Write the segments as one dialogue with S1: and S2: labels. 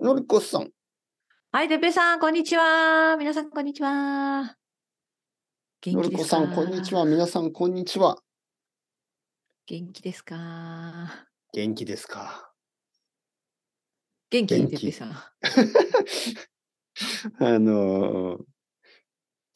S1: のりこさん。
S2: はい、てっぺいさん、こんにちは。皆さん、こんにちは。
S1: の
S2: 元
S1: り
S2: 気で
S1: こ
S2: すか
S1: さん、こんにち。は。皆さん、こんにちは。
S2: 元気ですか
S1: 元気ですか。
S2: 元気
S1: 元気
S2: てっぺいさん。
S1: あのー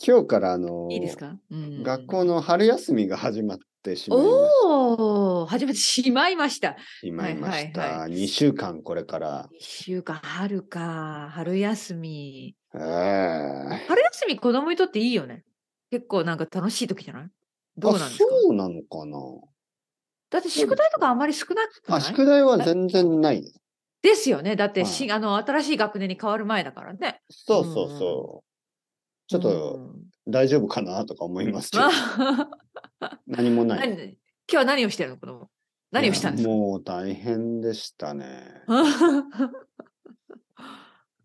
S1: 今日から、あのー
S2: いいですか、うん、
S1: 学校の春休みが始まってしまいま
S2: おお初めてしまいました。
S1: しまいました。
S2: はいはいはい
S1: 2週間、これから。
S2: 一週間、春か、春休み。
S1: ええ
S2: 春休み、子供にとっていいよね。結構なんか楽しい時じゃないどうなんですか
S1: あそうなのか
S2: だって宿題とかあんまり少なく
S1: な。
S2: な
S1: あ、
S2: い
S1: 宿題は全然ないです。
S2: ですよね。だってし、あの、新しい学年に変わる前だからね。
S1: そうそうそう。ちょっ
S2: う
S1: と
S2: ん
S1: 大丈夫かなとか思いますけど、何もない。
S2: 何今日は何をしてるの子供何をしたんです
S1: い
S2: か
S1: やもう大変でしたね。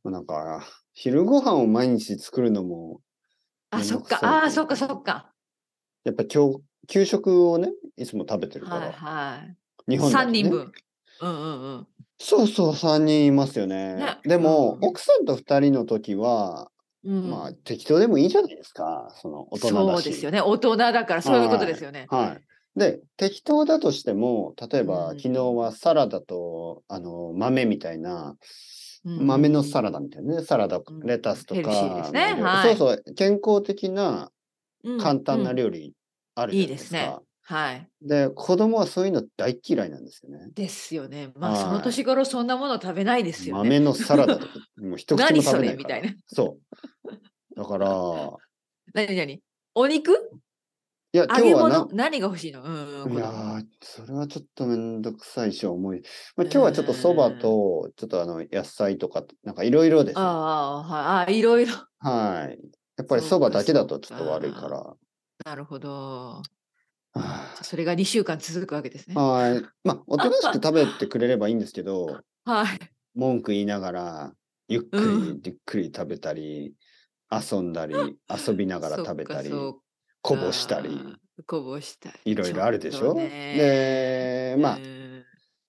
S1: なんか、昼ご飯を毎日作るのも、
S2: あ、そっ
S1: 面倒
S2: か
S1: くさい。
S2: あー、そっか、そっか。
S1: やっぱ今日、給食をね、いつも食べてるから、
S2: はいはい。
S1: 日本だと
S2: 3
S1: ね
S2: 人分。うんうんうん。
S1: そうそう、3人いますよね。
S2: ね
S1: でも、
S2: うん
S1: 奥さんと2人の時は、
S2: うん、
S1: まあ、適当でもいいじゃないですか、その大人だ
S2: そう
S1: し。
S2: ですよね。大人だから、そういうことですよね。
S1: はい。で、適当だとしても、例えば、
S2: うん
S1: 昨日はサラダと、あの、豆みたいな、
S2: うん
S1: 豆のサラダみたいなね、サラダ
S2: う、ん
S1: レタスと
S2: ヘルシーで
S1: か
S2: すね
S1: の料理、
S2: はい
S1: そうそう、健康的な
S2: うん
S1: 簡単な
S2: うん
S1: 料理あるじゃないですか。
S2: いいですはい。
S1: で、子供はそういうの大嫌いなんですよね。
S2: ですよね。まあ、
S1: はい
S2: その年頃、そんなもの食べないですよね。
S1: 豆のサラダ とか、もう一口も
S2: 何そ
S1: 食べな
S2: れ
S1: い
S2: み
S1: か
S2: た
S1: ら
S2: い。な。
S1: そう。だから、い
S2: 何何お肉
S1: や、今
S2: 揚
S1: 日
S2: げ
S1: は
S2: 物
S1: な、
S2: 何が欲しいのうんうん
S1: い
S2: 子
S1: や
S2: 供。
S1: ーそれはちょっとめんどくさいし、重い。まあ、今日はちょっとそばと、ちょっとあの野菜とか、なんかいろいろですね。は
S2: あーはい。あー、いろいろ。
S1: い。やっぱりそばだけだとちょっと悪いから。は
S2: なるほど。
S1: あ
S2: それが2週間続くわけですね。
S1: はい。まあ、おとなしく食べてくれればいいんですけど、
S2: はい。
S1: 文句言いながら、ゆっく
S2: う
S1: り、ゆっくり食べたり、遊んだり、遊びながら食べたり、
S2: そっか
S1: こぼした。り
S2: そ、っかあーこぼしたり。
S1: いろいろあるでしょ。で、まあ、
S2: うん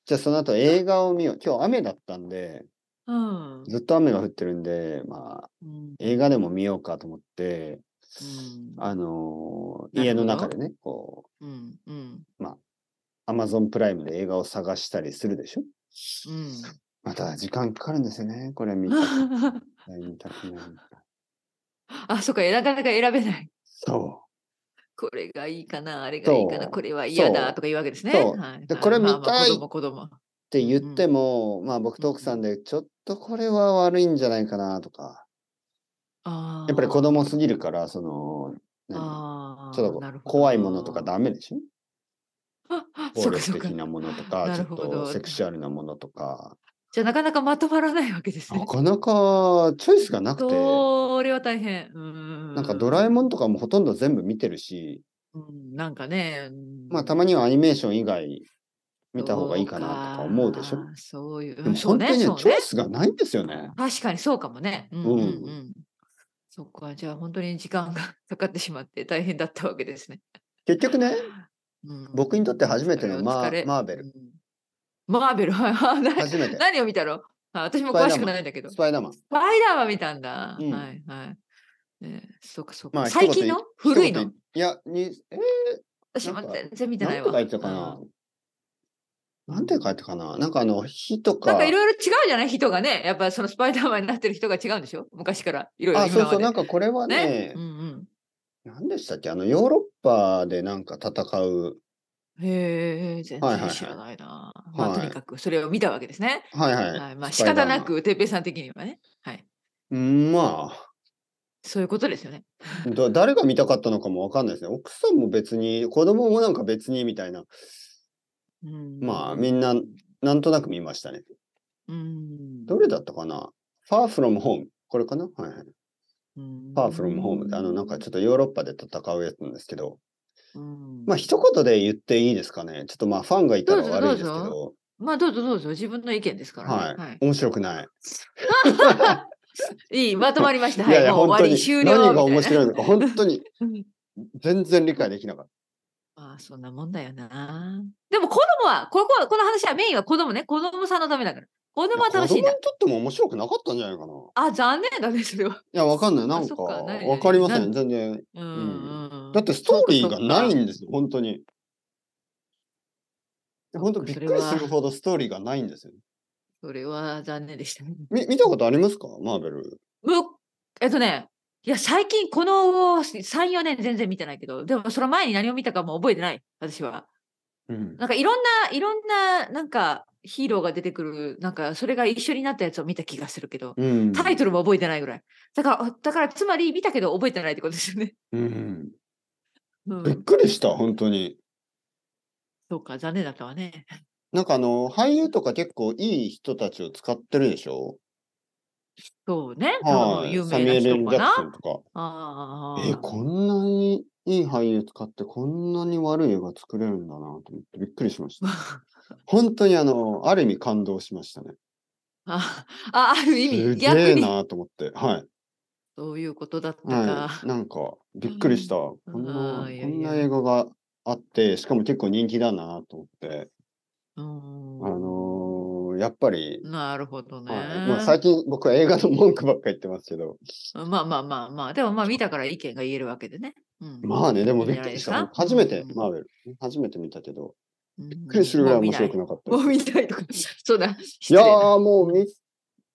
S1: じゃあその後映画を見よう。今日雨だったんで、
S2: うん。
S1: ずっと雨が降ってるんで、まあ、
S2: うん
S1: 映画でも見ようかと思って、
S2: うん
S1: あのー
S2: なるほど
S1: 家の中でね、こう、
S2: うんうん。
S1: アマゾンプライムで映画を探したりするでしょまた時間かかるんですよね。これ見
S2: う
S1: たくなんい、見たくない。
S2: あ、そっか、なかなか選べない。
S1: そ
S2: これがいいかな、あれがいいかな、
S1: そう
S2: これは嫌
S1: そう
S2: だとか言うわけですね。
S1: そう
S2: はい
S1: で
S2: はい
S1: これ見
S2: まあまあ
S1: たい
S2: 子供、子供。
S1: う。って言っても、まあ僕と奥さんで、ちょっとこれは悪いんじゃないかなとか。
S2: や
S1: やっぱり子供すぎるから、その、何
S2: あー
S1: ちょっ
S2: なる
S1: と
S2: ほど
S1: 怖いものとかダメでしょ
S2: ああそ
S1: 暴
S2: うかそ
S1: 力
S2: うか
S1: 的なものとか、
S2: な
S1: ちょ
S2: る
S1: っ
S2: ほど
S1: とセクシュアルなものとか。
S2: じゃあなかなかまとまらないわけですね
S1: な。かなかチョイスがなくて、
S2: それは大変。うん
S1: なんかドラえもんとかもほとんど全部見てるし、
S2: うんなんかね。うん
S1: まあ、たまにはアニメーション以外見た方がいいかなとか思うでしょ。
S2: そうかそういう。
S1: でも
S2: そう
S1: 本当
S2: ね、
S1: にね
S2: そう
S1: チョ
S2: ね
S1: イ。スがないんですよね。
S2: 確かにそうかもね。うんうん
S1: う
S2: うんん。そっか、じゃあ本当に時間がかかってしまって大変だったわけですね。
S1: 結局 ね、
S2: うん
S1: 僕にとって初めてのマー
S2: お疲れ
S1: マーベル
S2: うんマーベル はいはいな
S1: 初めて。
S2: 何を見たのあ私も
S1: スパイダーマン
S2: 詳しくないんだけど。
S1: ス
S2: ス
S1: パイダーマン。
S2: パイダーマン見たんだ。
S1: うん
S2: はいはい。ね、そうかそうか。
S1: まあ、
S2: 最近の
S1: 一言
S2: 古い
S1: 一
S2: の
S1: 言いや、に、え
S2: 私
S1: なん
S2: も
S1: か
S2: 全然見て
S1: ー、
S2: な
S1: な
S2: い
S1: ん
S2: わ。
S1: て書いてたかな
S2: うん、
S1: なんて書いてたかななんかあの、火とか。
S2: なんかいろいろ違うじゃない人がね。やっぱそのスパイダーマンになってる人が違うんでしょ昔から。いろいろ
S1: あ、
S2: 今
S1: そ
S2: ま
S1: う
S2: で。
S1: そう、なんかこれはね、
S2: うんうん。
S1: なんでしたっけあの、ヨーロッパでなんか戦う。
S2: へえ、全
S1: はいはいは
S2: 然
S1: い
S2: 知らないな。ま
S1: は
S2: あ、
S1: い
S2: とにかくそれを見たわけですね。
S1: はいはい。
S2: はい、まあ、
S1: ス
S2: 仕
S1: パイダ
S2: 方
S1: ーマン
S2: な。く、てっぺいさん的にはね。はい。
S1: うんまあ。
S2: そういうことですよね。
S1: だ誰が見たかったのかもわかんないですね。奥さんも別に、子供もなんか別にみたいな。
S2: うん、
S1: まあ、みんな、なんとなく見ましたね。
S2: うん。
S1: どれだったかなファーフロムホーム。これかなはいはい。
S2: うん
S1: ファーフロムホームで、あの、なんかちょっとヨーロッパで戦うやつなんですけど、
S2: うん
S1: まあ、一言で言っていいですかね。ちょっとまあ、ファンがいたら
S2: どうぞ
S1: 悪いですけど、
S2: どうぞまあ、どうぞどうぞ、自分の意見ですからね。
S1: はい。面白くない。
S2: いい、 まとまりました。
S1: い
S2: は
S1: やい
S2: い、
S1: や、
S2: もう
S1: 本
S2: 終
S1: 当
S2: わ
S1: に
S2: り、終、了。
S1: 何が面
S2: みたいな
S1: 白いのか、本当 に
S2: うん
S1: 全然理解できなかっ
S2: まあ、そんなもんだよな。でも、子供は、ここはこの話はメインは子供ね、子供さんのためだから。子供は楽しいんだ
S1: 子供にとっても面白くなかったんじゃないかな。い
S2: あ残念だねそれは
S1: や、わかんない。なん
S2: そ
S1: か、
S2: っか
S1: わ
S2: ないね
S1: かりませ
S2: なん
S1: ん。全然。
S2: うんうん
S1: だって、ストーリーがない
S2: ん
S1: んですよ、本当に。本当びっく
S2: それ
S1: り
S2: は
S1: するほどストーリーがないんですよ。
S2: それは残念でしたね
S1: み見たことありますかマーベル。
S2: むえっとねいや最近この34年全然見てないけどでもその前に何を見たかも覚えてない私は
S1: うん。
S2: なんかいろんないろんななんかヒーローが出てくるなんかそれが一緒になったやつを見た気がするけど
S1: うん、
S2: タイトルも覚えてないぐらいだからだからつまり見たけど覚えてないってことですよね、
S1: うん。
S2: う
S1: びっ
S2: ん、
S1: くりした、本当に。
S2: そうか残念だったわね
S1: なんかあの、俳優とか結構いい人たちを使ってるでしょ
S2: そうね、多
S1: は
S2: 分
S1: い。
S2: 有
S1: サ
S2: 名
S1: ミュ
S2: な
S1: エル・
S2: 人
S1: ジ
S2: か
S1: ャ
S2: な
S1: クソンとか。
S2: あ
S1: えー
S2: あ
S1: こんなにいい俳優使ってこんなに悪い映画作れるんだなと思ってびっくりしました。本当にあの、ある意味感動しましたね。
S2: ああある
S1: す
S2: 意味
S1: げえ
S2: 逆に
S1: なと思って。はい。
S2: そういうことだったか、
S1: はい、なんか、びっくりした。こんな
S2: あ、ーいや
S1: こ
S2: い
S1: ん
S2: や
S1: な映画があって、しかも結構人気だなと思って。
S2: うー
S1: あ
S2: ん
S1: のーやっぱり、
S2: なるほどね、
S1: はいまあ、最近僕は映画の文句ばっか言ってますけど、
S2: まあまあまあまあでもまあ見たから意見が言えるわけでね、うん、
S1: まあね、でもび
S2: いいん
S1: っく
S2: じゃ
S1: り
S2: ないで
S1: し
S2: す
S1: た。
S2: か
S1: 初めて
S2: うん
S1: マーベル、初めて見たけど、
S2: び
S1: びっくりするぐらい面白く
S2: い
S1: なかったです
S2: もう見ないとか そうだ
S1: い
S2: 失
S1: や
S2: 礼な
S1: ー、もう見、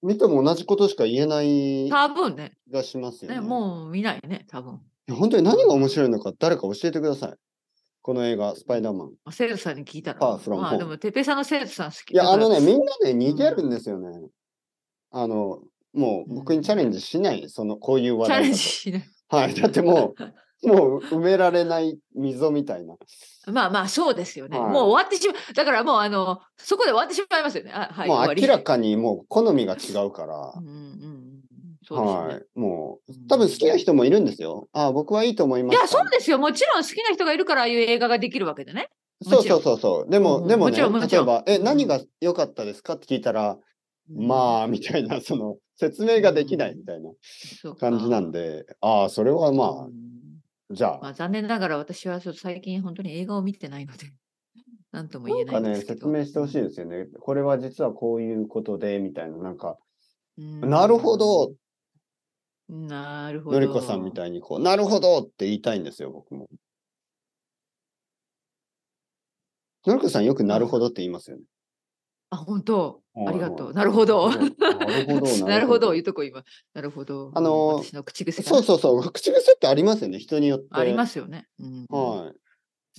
S1: 見ても同じことしか言えない
S2: 多分ね
S1: がしますよね。
S2: ねもう見ないね多分
S1: いや本当に何が面白いのか誰か教えてください。この映画、スパイダーマン。
S2: まあ生徒さんに聞いたら。
S1: Far from
S2: まあ、
S1: home
S2: でも、てっぺいさんの生徒さん好き
S1: いや、あのね、み
S2: ん
S1: んなね、逃げるんですよね。あの、もう僕にチャレンジしない、その、こういう話
S2: チャレ
S1: 題
S2: ン
S1: だ
S2: ジ
S1: と。
S2: しない。
S1: はい。だっても う、もう埋められない溝みたいな。
S2: まあまあ、そうですよね。
S1: はい
S2: もう終わってしまう。だからもう、あの、そこで終わってしまいますよね。あはい、
S1: もう
S2: 終わり
S1: 明らかにもう好みが違うから。
S2: うんうんうん。そうですよ
S1: は
S2: ね。
S1: い。もう、
S2: うん
S1: 多分好きな人もいるんですよ。ああ、僕はいいと思い
S2: い
S1: ま
S2: や、
S1: す。
S2: そうですよ。もちろん好きな人がいるから、ああいう映画ができるわけでね。
S1: そう
S2: もちろ
S1: そ
S2: ん
S1: うそうそう。でも、
S2: うん
S1: でも
S2: も
S1: ね、
S2: ちろんもち
S1: 例え
S2: ろん
S1: ば、え、
S2: うん
S1: 何が良かったですかって聞いたら、
S2: あ、
S1: まあ、みたいな、その、説明ができな
S2: う
S1: い
S2: ん
S1: みたいな
S2: そうか
S1: 感じなんで、ああ、それはま
S2: う
S1: あ、
S2: ん
S1: じゃあ、
S2: まあ、残念ながら私はちょっと最近本当に映画を見てないので、 なんとも言
S1: な
S2: え
S1: ん
S2: な
S1: か
S2: いんで
S1: ね、
S2: すけ
S1: 説
S2: ど。
S1: 明してほしいですよね。これは実はこういうことで、みたいな、なんか、
S2: うん
S1: なるほど、。
S2: なるほど。
S1: のりこさんみたいに、こう、なるほどって言いたいんですよ、僕も。のりこさんよくなるほどって言いますよね。
S2: あ、本
S1: はい
S2: 当。ありが
S1: は
S2: とう。
S1: い
S2: なるほど。
S1: なる ほど。
S2: なるほど。言うとこ今。なるほど。
S1: あのー
S2: 私の口癖が
S1: そうそうそう。口癖ってありますよね。人によって。
S2: ありますよね。うん、
S1: はい。
S2: い。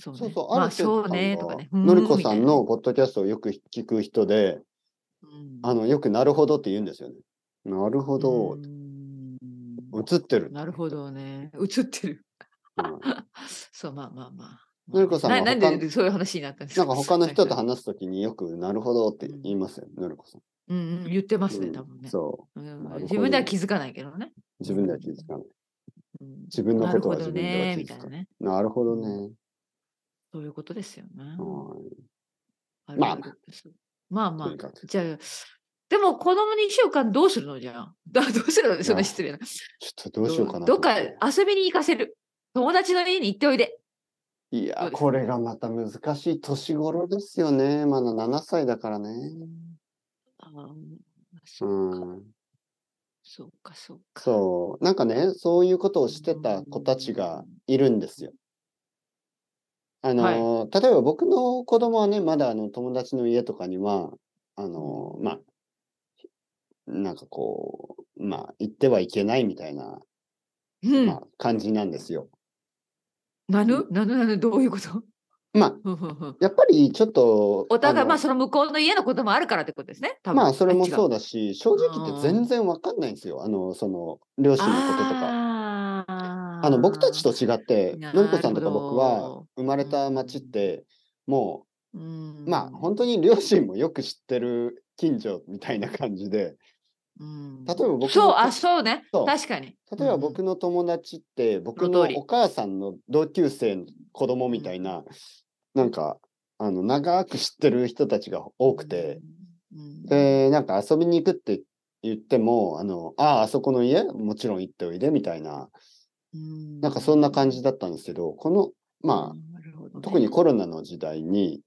S2: そうね。
S1: そうそう。
S2: ま
S1: あ
S2: あ、
S1: る生
S2: そ
S1: 徒さ
S2: う
S1: んが
S2: ねとかね。
S1: のりこさん
S2: う
S1: のポッドキャストをよく聞く人で、
S2: ーん、みた
S1: あ
S2: い
S1: の、よくなるほどって言うんですよね。なるほ
S2: なう
S1: ど
S2: ー。ん
S1: 映ってる。
S2: なるほどね。映ってる。
S1: うん
S2: そう、まあまあまあ。
S1: のりこさんは
S2: ななん
S1: 他の
S2: でそういう話になったんです
S1: なんか他の人と
S2: はい
S1: 話すときによくなるほどって言いますよね。のりこさん。
S2: はいうんうん、言ってますね、
S1: うん
S2: 多分ね。
S1: そう。
S2: うん
S1: なるほど
S2: 自分では気づかないけどね。
S1: 自分では気づかない。
S2: うん
S1: 自分のことは自分では
S2: なるほどね、
S1: 気
S2: み
S1: づ
S2: たい
S1: か
S2: な
S1: ない。
S2: ね。
S1: なるほどね。
S2: そういうことですよね。
S1: はい
S2: あ
S1: まあ
S2: るあるそうまあま
S1: と
S2: あ
S1: に。かく。
S2: じゃあ、でも子供に1週間どうするのじゃあ。 だどうするのそ
S1: いや
S2: んな失礼な。
S1: ちょっとどうしようかなと
S2: ど
S1: 思
S2: っ
S1: っ
S2: か
S1: て。
S2: 遊びに行かせる。友達の家に行っておいで。
S1: い
S2: どう
S1: や
S2: で、す
S1: これがまた難しい年頃ですよね。まだ7歳だからね。
S2: あーそううか、
S1: ん。
S2: そうか、そうか。
S1: そう。なんかね、そういうことをしてた子たちがいるんですよ。あのー、例えば僕の子供はね、まだあの友達の家とかには、あのー、まあ、なんかこう、まあ、行ってはいけないみたいな、
S2: うん。
S1: まあ、感じなんですよ。
S2: なぬなぬなぬどうい うこと
S1: まあ、
S2: ふんふんふん
S1: やっぱりちょっと、
S2: お互
S1: あ
S2: い、
S1: の
S2: まあその向こうの家のこともあるからってことですね。多分
S1: まあそれも
S2: 違
S1: そうだし、正直
S2: う
S1: 言
S2: ん
S1: って全然わかんないんですよ。あの、その、両親のこととか。
S2: あー
S1: あの、僕たちと違って、
S2: な
S1: のりこさんとか
S2: なるほど
S1: 僕は、生まれた町って、も
S2: うん
S1: う、まあ本当に両親もよく知ってる近所みたいな感じで、
S2: うん
S1: 例えば僕の
S2: そう、あ、そうね。
S1: そう
S2: 確かに。
S1: 例えば
S2: うん
S1: 僕の友達って、僕
S2: その
S1: の
S2: 通り
S1: お母さんの同級生の子供みたいな、なんか、あの、長く知ってる人たちが多くて、、
S2: うん
S1: で、なんか遊びに行くって言っても、あの、ああ、あそこの家、もちろん行っておいで、みたいな、なんかそんな感じだったんですけど、この、まあ、
S2: なるほどね
S1: 特にコロナの時代に、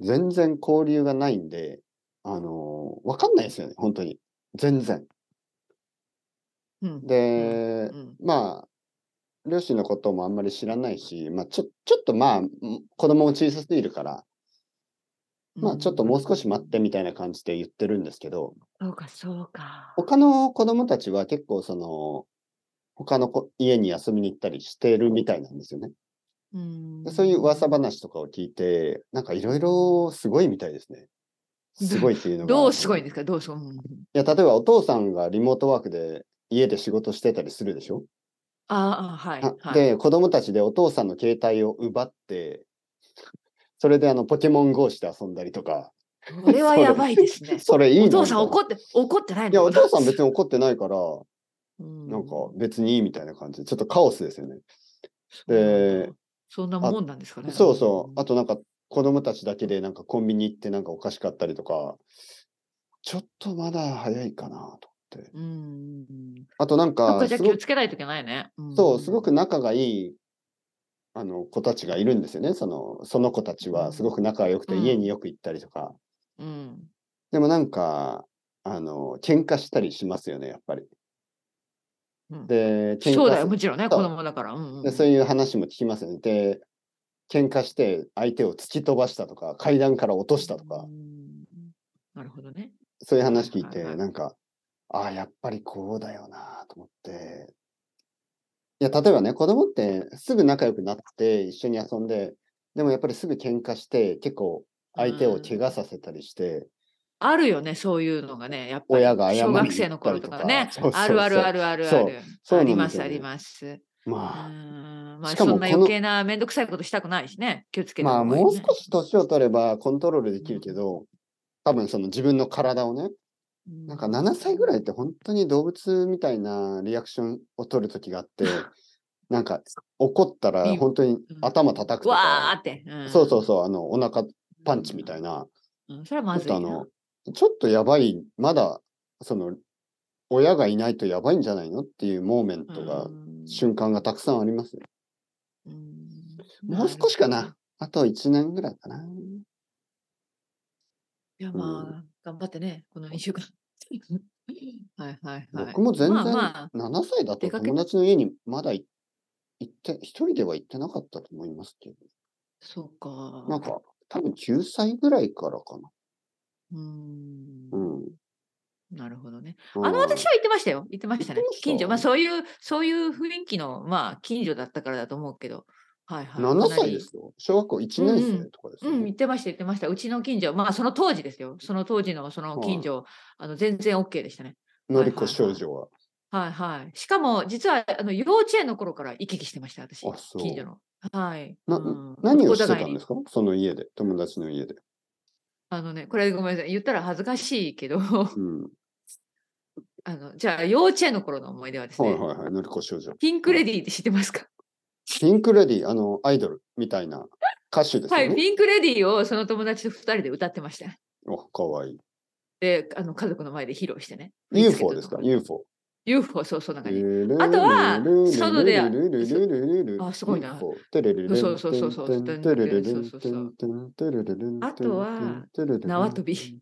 S1: 全然交流がないんで、あのの、わかんないですよね、本当に。全然。
S2: うん。
S1: で、
S2: うん
S1: まあ、両親のこともあんまり知らないし、まあ、ちょ、ちょっとまあ、ん子供も小さすぎるから、まあ、ちょっともう少し待ってみたいな感じで言ってるんですけど、
S2: そうか、そうか。
S1: 他の子供たちは結構その、他の子家に遊びに行ったりしてるみたいなんですよね。
S2: うん
S1: でそういう噂話とかを聞いて、なんかいろいろすごいみたいですね。すごいっていうのが。
S2: どうすごいんですかどうすごい、うん
S1: いや、例えばお父さんがリモートワークで家で仕事してたりするでしょ、
S2: ああ、はい。
S1: あ
S2: はい、
S1: で、子供たちでお父さんの携帯を奪って、それであのポケモン GO して遊んだりとか、
S2: これはやばいですね。
S1: それいいの
S2: お父さん
S1: みたい
S2: 怒って、怒ってな
S1: な
S2: いの
S1: いや、お父さん別に怒ってないから、
S2: うん
S1: なんか別にいいみたいな感じで、ちょっとカオスですよね。で
S2: そうなんだそんなもんなんですかね。
S1: そうそう。あとなんか子供たちだけでなんかコンビニ行ってなんかおかしかったりとか、ちょっとまだ早いかなと。
S2: うん。
S1: あとなん
S2: なん
S1: か
S2: かじゃあ
S1: す
S2: 気
S1: ご
S2: を
S1: く、
S2: つけないといけないね。ん
S1: そう、すごく。仲がいいあの子たちがいるんですよね。その、その子たちはすごく仲が良くて
S2: うん
S1: 家によく行ったりとか。
S2: うん。
S1: でもなんか、あの、喧嘩したりしますよね、やっぱり。
S2: うん
S1: で、喧
S2: そうだよ、
S1: 嘩
S2: も
S1: す
S2: ちろんね、
S1: そう
S2: 子供だから。うんうん
S1: でそういう話も聞きますよね。で、喧嘩して相手を突き飛ばしたとか、階段から落としたとか。
S2: うんなるほどね。
S1: そういう話聞い
S2: はいは
S1: て、
S2: い
S1: なんか、ああ、やっぱりこうだよなと思って。いや、例えばね、子供ってすぐ仲良くなって一緒に遊んで、でもやっぱりすぐ喧嘩して、結構相手を怪我させたりして、
S2: あるよね、そういうのがね、やっぱり
S1: 親が謝りに
S2: 小
S1: 行ったり
S2: 学生の頃とかね
S1: とかそうそう、そう
S2: あるあるあるある
S1: そ
S2: あ
S1: う
S2: る。
S1: そう
S2: あ
S1: な
S2: り
S1: ん
S2: ま
S1: です
S2: す、
S1: よ
S2: あ
S1: ね
S2: ります。う
S1: まあ、
S2: んまあ、
S1: しかも
S2: そんな
S1: この
S2: 余計なめんどくさいことしたくないしね、気をつけて、
S1: まあ、もう少し年を取ればコントロールできるけど、多分その自分の体をね、な
S2: な
S1: んか7歳ぐらい
S2: い。
S1: って本当に動物みたいなリアクションを取る時 があって、なんか怒ったら本当に頭叩くと
S2: わ
S1: か
S2: ー、って。ん
S1: そうそうそう、あの、お腹パンチみたいな、
S2: うん。それはま
S1: ちょっ
S2: ずい
S1: と
S2: な。
S1: あの、ちょっとやばい、まだ、その、親がいないとやばいんじゃないのっていうモーメントが
S2: う、ん
S1: 瞬間がたくさんありますよ。
S2: うん
S1: もう少しかな。。あと1年ぐらいかな。
S2: いや、
S1: うん
S2: まあ、頑張ってね、この2週間。 はいはいはい。
S1: 僕も全然、
S2: まあまあ
S1: 7歳だと
S2: 出かけ
S1: 友達の家にまだい行って、一人では行ってなかったと思いますけど、
S2: そうか。
S1: なんか、多分9歳ぐらいからかな。
S2: うん
S1: うん。
S2: なるほどね。あの私
S1: は
S2: は行ってましたよ。行ってましたね
S1: 行ってまし。た
S2: 近所。まあそういう、そういう雰囲気の、まあ近所だったからだと思うけど。はいはい。
S1: 7
S2: かな
S1: 歳
S2: り
S1: ですよ。小学校1年
S2: うんう
S1: 生
S2: ん
S1: とかです
S2: う
S1: よ
S2: ん、
S1: ね
S2: 行ってました、行ってました。うちの近所、まあその当時ですよ。その当時のその近所、あの全然 OK でしたね。
S1: のりこ少女は。
S2: はいはい。しかも、実はあの幼稚園の頃から行き来してました、私
S1: あそ。う
S2: 近所の。はい。
S1: な
S2: うん
S1: 何をして
S2: お互
S1: た
S2: い
S1: ん
S2: に
S1: ですかその家で、友達の家で。
S2: あのね、これごめんなさい。言ったら恥ずかしいけど、
S1: うん。
S2: あの、じゃあ幼稚園の頃の思い出はです
S1: はい
S2: ね、
S1: はいはい、のりこ少女。
S2: ピンクレディーって知ってますか
S1: ピンクレディー、あの、アイドルみたいな歌手です
S2: は
S1: よ
S2: い、
S1: ね。
S2: ピンクレディーをその友達と2人で歌ってました。
S1: お、かわいい。
S2: で、あの家族の前で披露してね。
S1: UFO ですか
S2: 振り付けとともに
S1: ?UFO。
S2: ?UFO、そうそう、なんかね。
S1: あ
S2: とはソロで
S1: あ
S2: あすごいな
S1: テレレレ
S2: そうそうそうそう
S1: テレレレ
S2: そうそうそう
S1: テレレレテレレレ
S2: あとは
S1: テレレレ
S2: 縄跳び。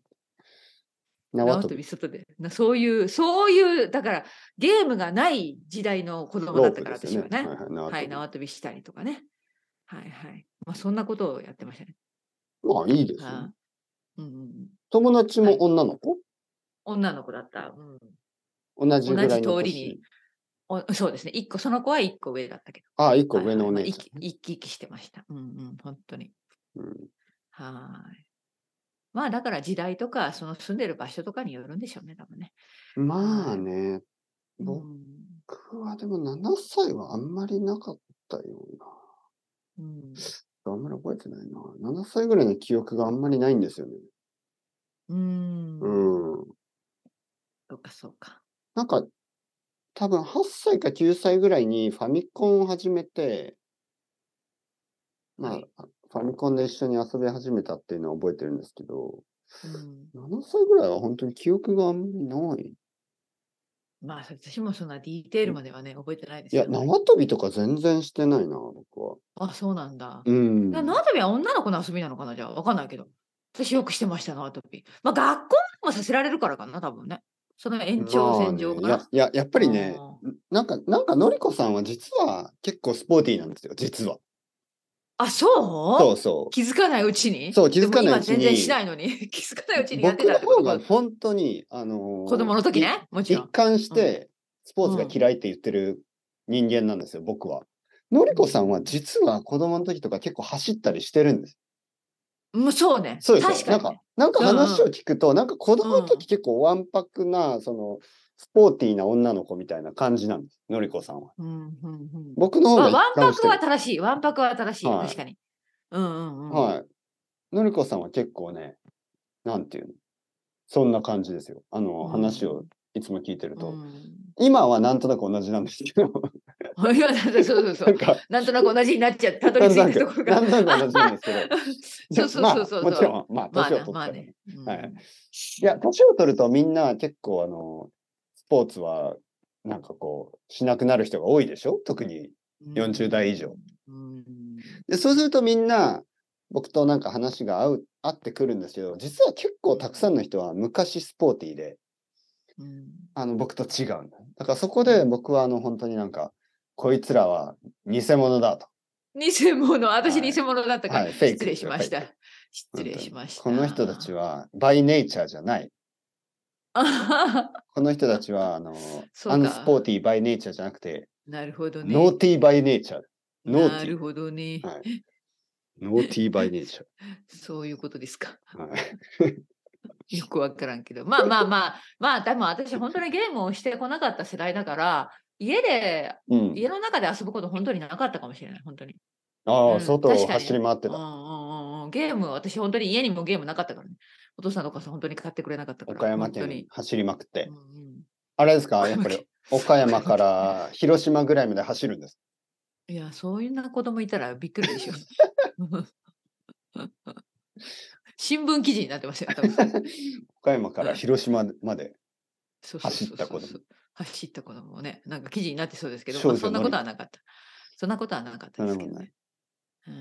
S1: 縄
S2: 縄
S1: 跳
S2: 跳
S1: び。
S2: び、外で。なそういう、そういう、だからゲームがない時代の子供
S1: ロ
S2: だっ
S1: ー
S2: た
S1: プ
S2: から、
S1: です
S2: 私
S1: よ
S2: は
S1: ね。
S2: ね。
S1: はいはい縄
S2: はい、
S1: 跳
S2: 縄跳びしたりとかね。はいはい。まあ、そんなことをやってましたね。
S1: び。まあいいですね。
S2: あーうんうんうん、
S1: 友達も女の子
S2: 女の子だった。うん
S1: 同じぐらいの
S2: 同じ通り
S1: 年
S2: に。おそうですね。一個、その子は一個上だったけど。
S1: あ、一個上のお
S2: はいは
S1: 姉
S2: いま
S1: ち
S2: あ生き生き生きしてました。うんうん、本当に。
S1: ゃんうん。
S2: はーい。まあだから時代とか、その住んでる場所とかによるんでしょうね、多分ね。
S1: まあね、
S2: うん
S1: 僕はでも7歳はあんまりなかったよう
S2: うん
S1: な。あんまり覚えてないな。7歳ぐらいの記憶があんまりないんですよね。
S2: うん。
S1: うん。
S2: そうか、そうか。
S1: なんか、多分8歳か9歳ぐらいにファミコンを始めて、まあ、
S2: はい
S1: ファミコンで一緒に遊び始めたっていうのは覚えてるんですけど、
S2: うん、
S1: 7歳ぐらいは本当に記憶があんまりない。
S2: まあ私もそんなディテールまではね、覚えてないで
S1: い
S2: すけ
S1: や、
S2: ど。
S1: 縄跳びとか全然してないな、僕は。
S2: あ、そうなんだ。
S1: うん。
S2: いや縄跳びは女の子の遊びなのかな、じゃあ。わかんないけど。私よくしてました、縄跳び。まあ学校もさせられるからかな、多分ね。その延長線上か
S1: まあね
S2: な。
S1: いやいや、やっぱりね
S2: う、ん
S1: なんか、なんかのりこさんは実は結構スポーティーなんですよ、実は。
S2: あ、そう
S1: そうそ
S2: 気づかないうちに
S1: そう気づかないうちに
S2: でも今全然しないのに。 気づかないうち
S1: う。
S2: にやって
S1: 僕
S2: た
S1: の
S2: ってこ
S1: 方
S2: と
S1: が
S2: か。
S1: 本当に、あのー
S2: 子供の時ね、も
S1: い
S2: ちろ
S1: 一
S2: ん。
S1: 貫して、スポーツが嫌いって言ってる人間なんですよ、僕は。のりこさんは実は子供の時とか結構走ったりしてるんです。
S2: もうそうね。
S1: そうですよ。
S2: 確かにね、
S1: なんか、なんか話
S2: うん
S1: を聞くと、なんか子供の時結構わんぱくな、その、スポーティーな女の子みたいな感じなんです、のりこさんは。
S2: うんうんうん
S1: 僕の方
S2: まあ
S1: が一貫
S2: わんぱ
S1: し
S2: く
S1: てる
S2: は正しい。わんぱくは正しい。
S1: はい
S2: 確かに。うんうんうん。
S1: はい。のりこさんは結構ね、なんていうの、そんな感じですよ。あの、
S2: うん
S1: 話をいつも聞いてると、
S2: うん
S1: 今はなんとなく同じなんですけど、
S2: いや そうそうそ
S1: なん
S2: う。
S1: か、
S2: なんとなく同じになっちゃったど
S1: な
S2: り
S1: ん
S2: 着
S1: と
S2: い
S1: な
S2: たとこ
S1: く、な
S2: ろが。。
S1: んとなく同じなんですけど
S2: そうそうそうそう
S1: まあ、もちろん、まあ、
S2: まあ
S1: 年を
S2: ね
S1: 取ったらね、
S2: まあね。うん
S1: はいいや、年を取るとみんな結構、あの、スポーツは、なんかこう、しなくなる人が多いでしょ特に40代以上。
S2: うん
S1: で、そうするとみんな、僕となんか話が合う、合ってくるんですけど、実は結構たくさんの人は昔スポーティーで、
S2: うん
S1: あの、僕と違うんだ。だからそこで僕はあの、本当になんか、こいつらは偽物だと。
S2: 偽物、私
S1: はい
S2: 偽物だったから、
S1: はいフェイク
S2: 失礼しました
S1: フェイ。
S2: 失礼しました。
S1: この人たちは、バイネイチャーじゃない。
S2: は。
S1: この人たちは、あの、
S2: そうか
S1: アンスポーティーバイネイチャーじゃなくて、
S2: なるほどね。
S1: ノーティーバイネイチャー。ノーティー
S2: なるほどね、
S1: はい、ノーティーバイネイチャ
S2: そういうことですか。
S1: ー。はい、
S2: よくわからんけど。まあまあまあ、まあ、でも私、本当にゲームをしてこなかった世代だから、家で、
S1: うん。
S2: 家の中で遊ぶこと本当になかったかもしれない、本当に。
S1: あ
S2: う
S1: あ、
S2: ん
S1: 外
S2: 確
S1: を
S2: かに
S1: 走り回って
S2: うんう
S1: た。
S2: んうんうんゲーム、私、本当に家にもゲームなかったからね。お父さんとお母さん、本当に買ってくれなかったから。
S1: 岡山
S2: 本当
S1: 県
S2: に。
S1: 走りまくって
S2: う。んうん
S1: あれですかやっ
S2: 岡
S1: ぱ
S2: 山
S1: り
S2: 県
S1: 岡山 から広島ぐらいまで走るんです。
S2: いや、そういうな子供いたらびっくりでしょ。新聞記事になってますよ、多分
S1: 岡山から広島まで。
S2: そうそうそう
S1: 走
S2: そう
S1: った子供
S2: 走った子供もね、なんか記事になってそうですけど、
S1: 少
S2: まあ
S1: 女
S2: そんな
S1: の
S2: こ
S1: り
S2: とはなかった。そんなことはなかったですけどね。うん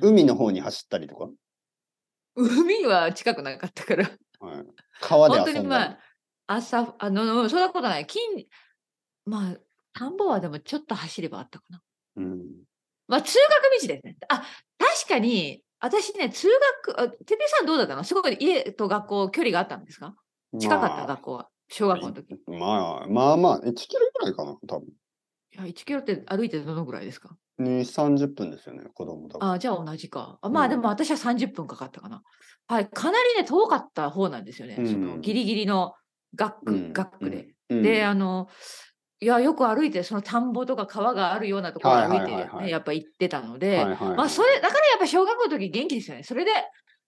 S1: 海の方に走ったりとか。
S2: 海は近くなかったから、
S1: はい、川で
S2: 本当
S1: 遊
S2: に
S1: ん
S2: ま
S1: だり
S2: あ、朝、あの、うんそんなことない。金、まあ、田んぼはでもちょっと走ればあったかな。
S1: うん。
S2: まあ、通学道ですね。あ、確かに、私ね、通学、あてっぺいさんどうだったのすごい家と学校、距離があったんですか近かった、学校は。小学校の時。い
S1: まあ、まあまあまあ、1キロぐらいかな、多分。
S2: や、1キロって歩いてどのぐらいですか
S1: 2、30分ですよね、子供だから。
S2: あじゃあ同じか。あま
S1: う
S2: あ、
S1: ん
S2: でも私は30分かかったかな。はい、かなりね、遠かった方なんですよね。そ
S1: うん
S2: のギリギリの学
S1: う
S2: 区、
S1: ん
S2: 学区で。
S1: うん
S2: で、あの、いや、よく歩いて、その田んぼとか川があるようなところを
S1: はい
S2: 歩
S1: はいは
S2: いて
S1: い
S2: ね、
S1: はい
S2: やっぱ行ってたの
S1: は
S2: で、
S1: いはいはい
S2: まあそれだからやっぱ小学校の時元気ですよね。それで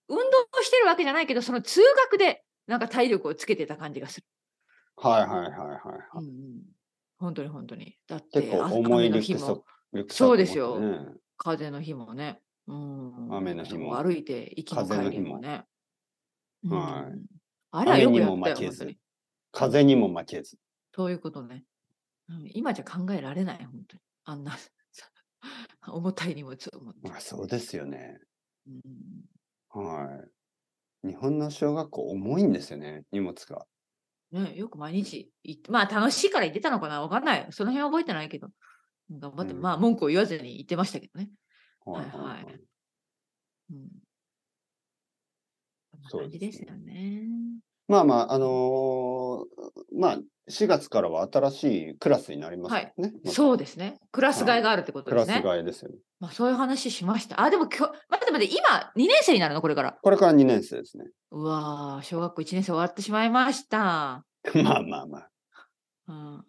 S2: 運動してるわけじゃないけど、その通学でなんか体力をつけてた感じがする。
S1: はいはいはいはい
S2: うんうん、本当に本当に。だって
S1: 結構
S2: あ
S1: 重い
S2: 雨の
S1: リュ
S2: 日
S1: ックサッ
S2: も
S1: クリュックサック
S2: そうですよ
S1: 持ってね
S2: 風の日もね。うん、
S1: 雨の日も
S2: 歩いて行きも
S1: 風の
S2: 帰
S1: 日
S2: り
S1: も
S2: もね。
S1: はい
S2: うんあれはよくや
S1: 雨にも
S2: った
S1: 負け
S2: よ、本
S1: ず
S2: 当に。
S1: 風にも負けず。
S2: そういうことね。うん、今じゃ考えられない、本当に。あんな 重たい荷物を持って
S1: ま。あ、そうですよね。
S2: うん
S1: はい。日本の小学校重いんですよね、荷物が。
S2: ね、よく毎日行って、まあ楽しいから行ってたのかな、わかんない。その辺は覚えてないけど、頑張って、
S1: うん
S2: まあ文句を言わずに行ってましたけどね。
S1: はいはい
S2: はい
S1: は。
S2: はいうん。そ
S1: そ
S2: ん
S1: う
S2: な感じ
S1: で
S2: ですす
S1: ね
S2: よね。
S1: まあまあ、あのーまあ、4月からは新しいクラスになりますね。また
S2: そうですね。クラス替えがあるってこと
S1: ク
S2: で
S1: ラ
S2: す
S1: ス
S2: ね。
S1: 替えですよね。
S2: まあそういう話しました。あ、でも今日、待って待って、今2年生になるのこれから。
S1: これから2年生ですね。
S2: うわー小学校1年生終わってしまいました。
S1: まあまあまあ。
S2: Uh, うん、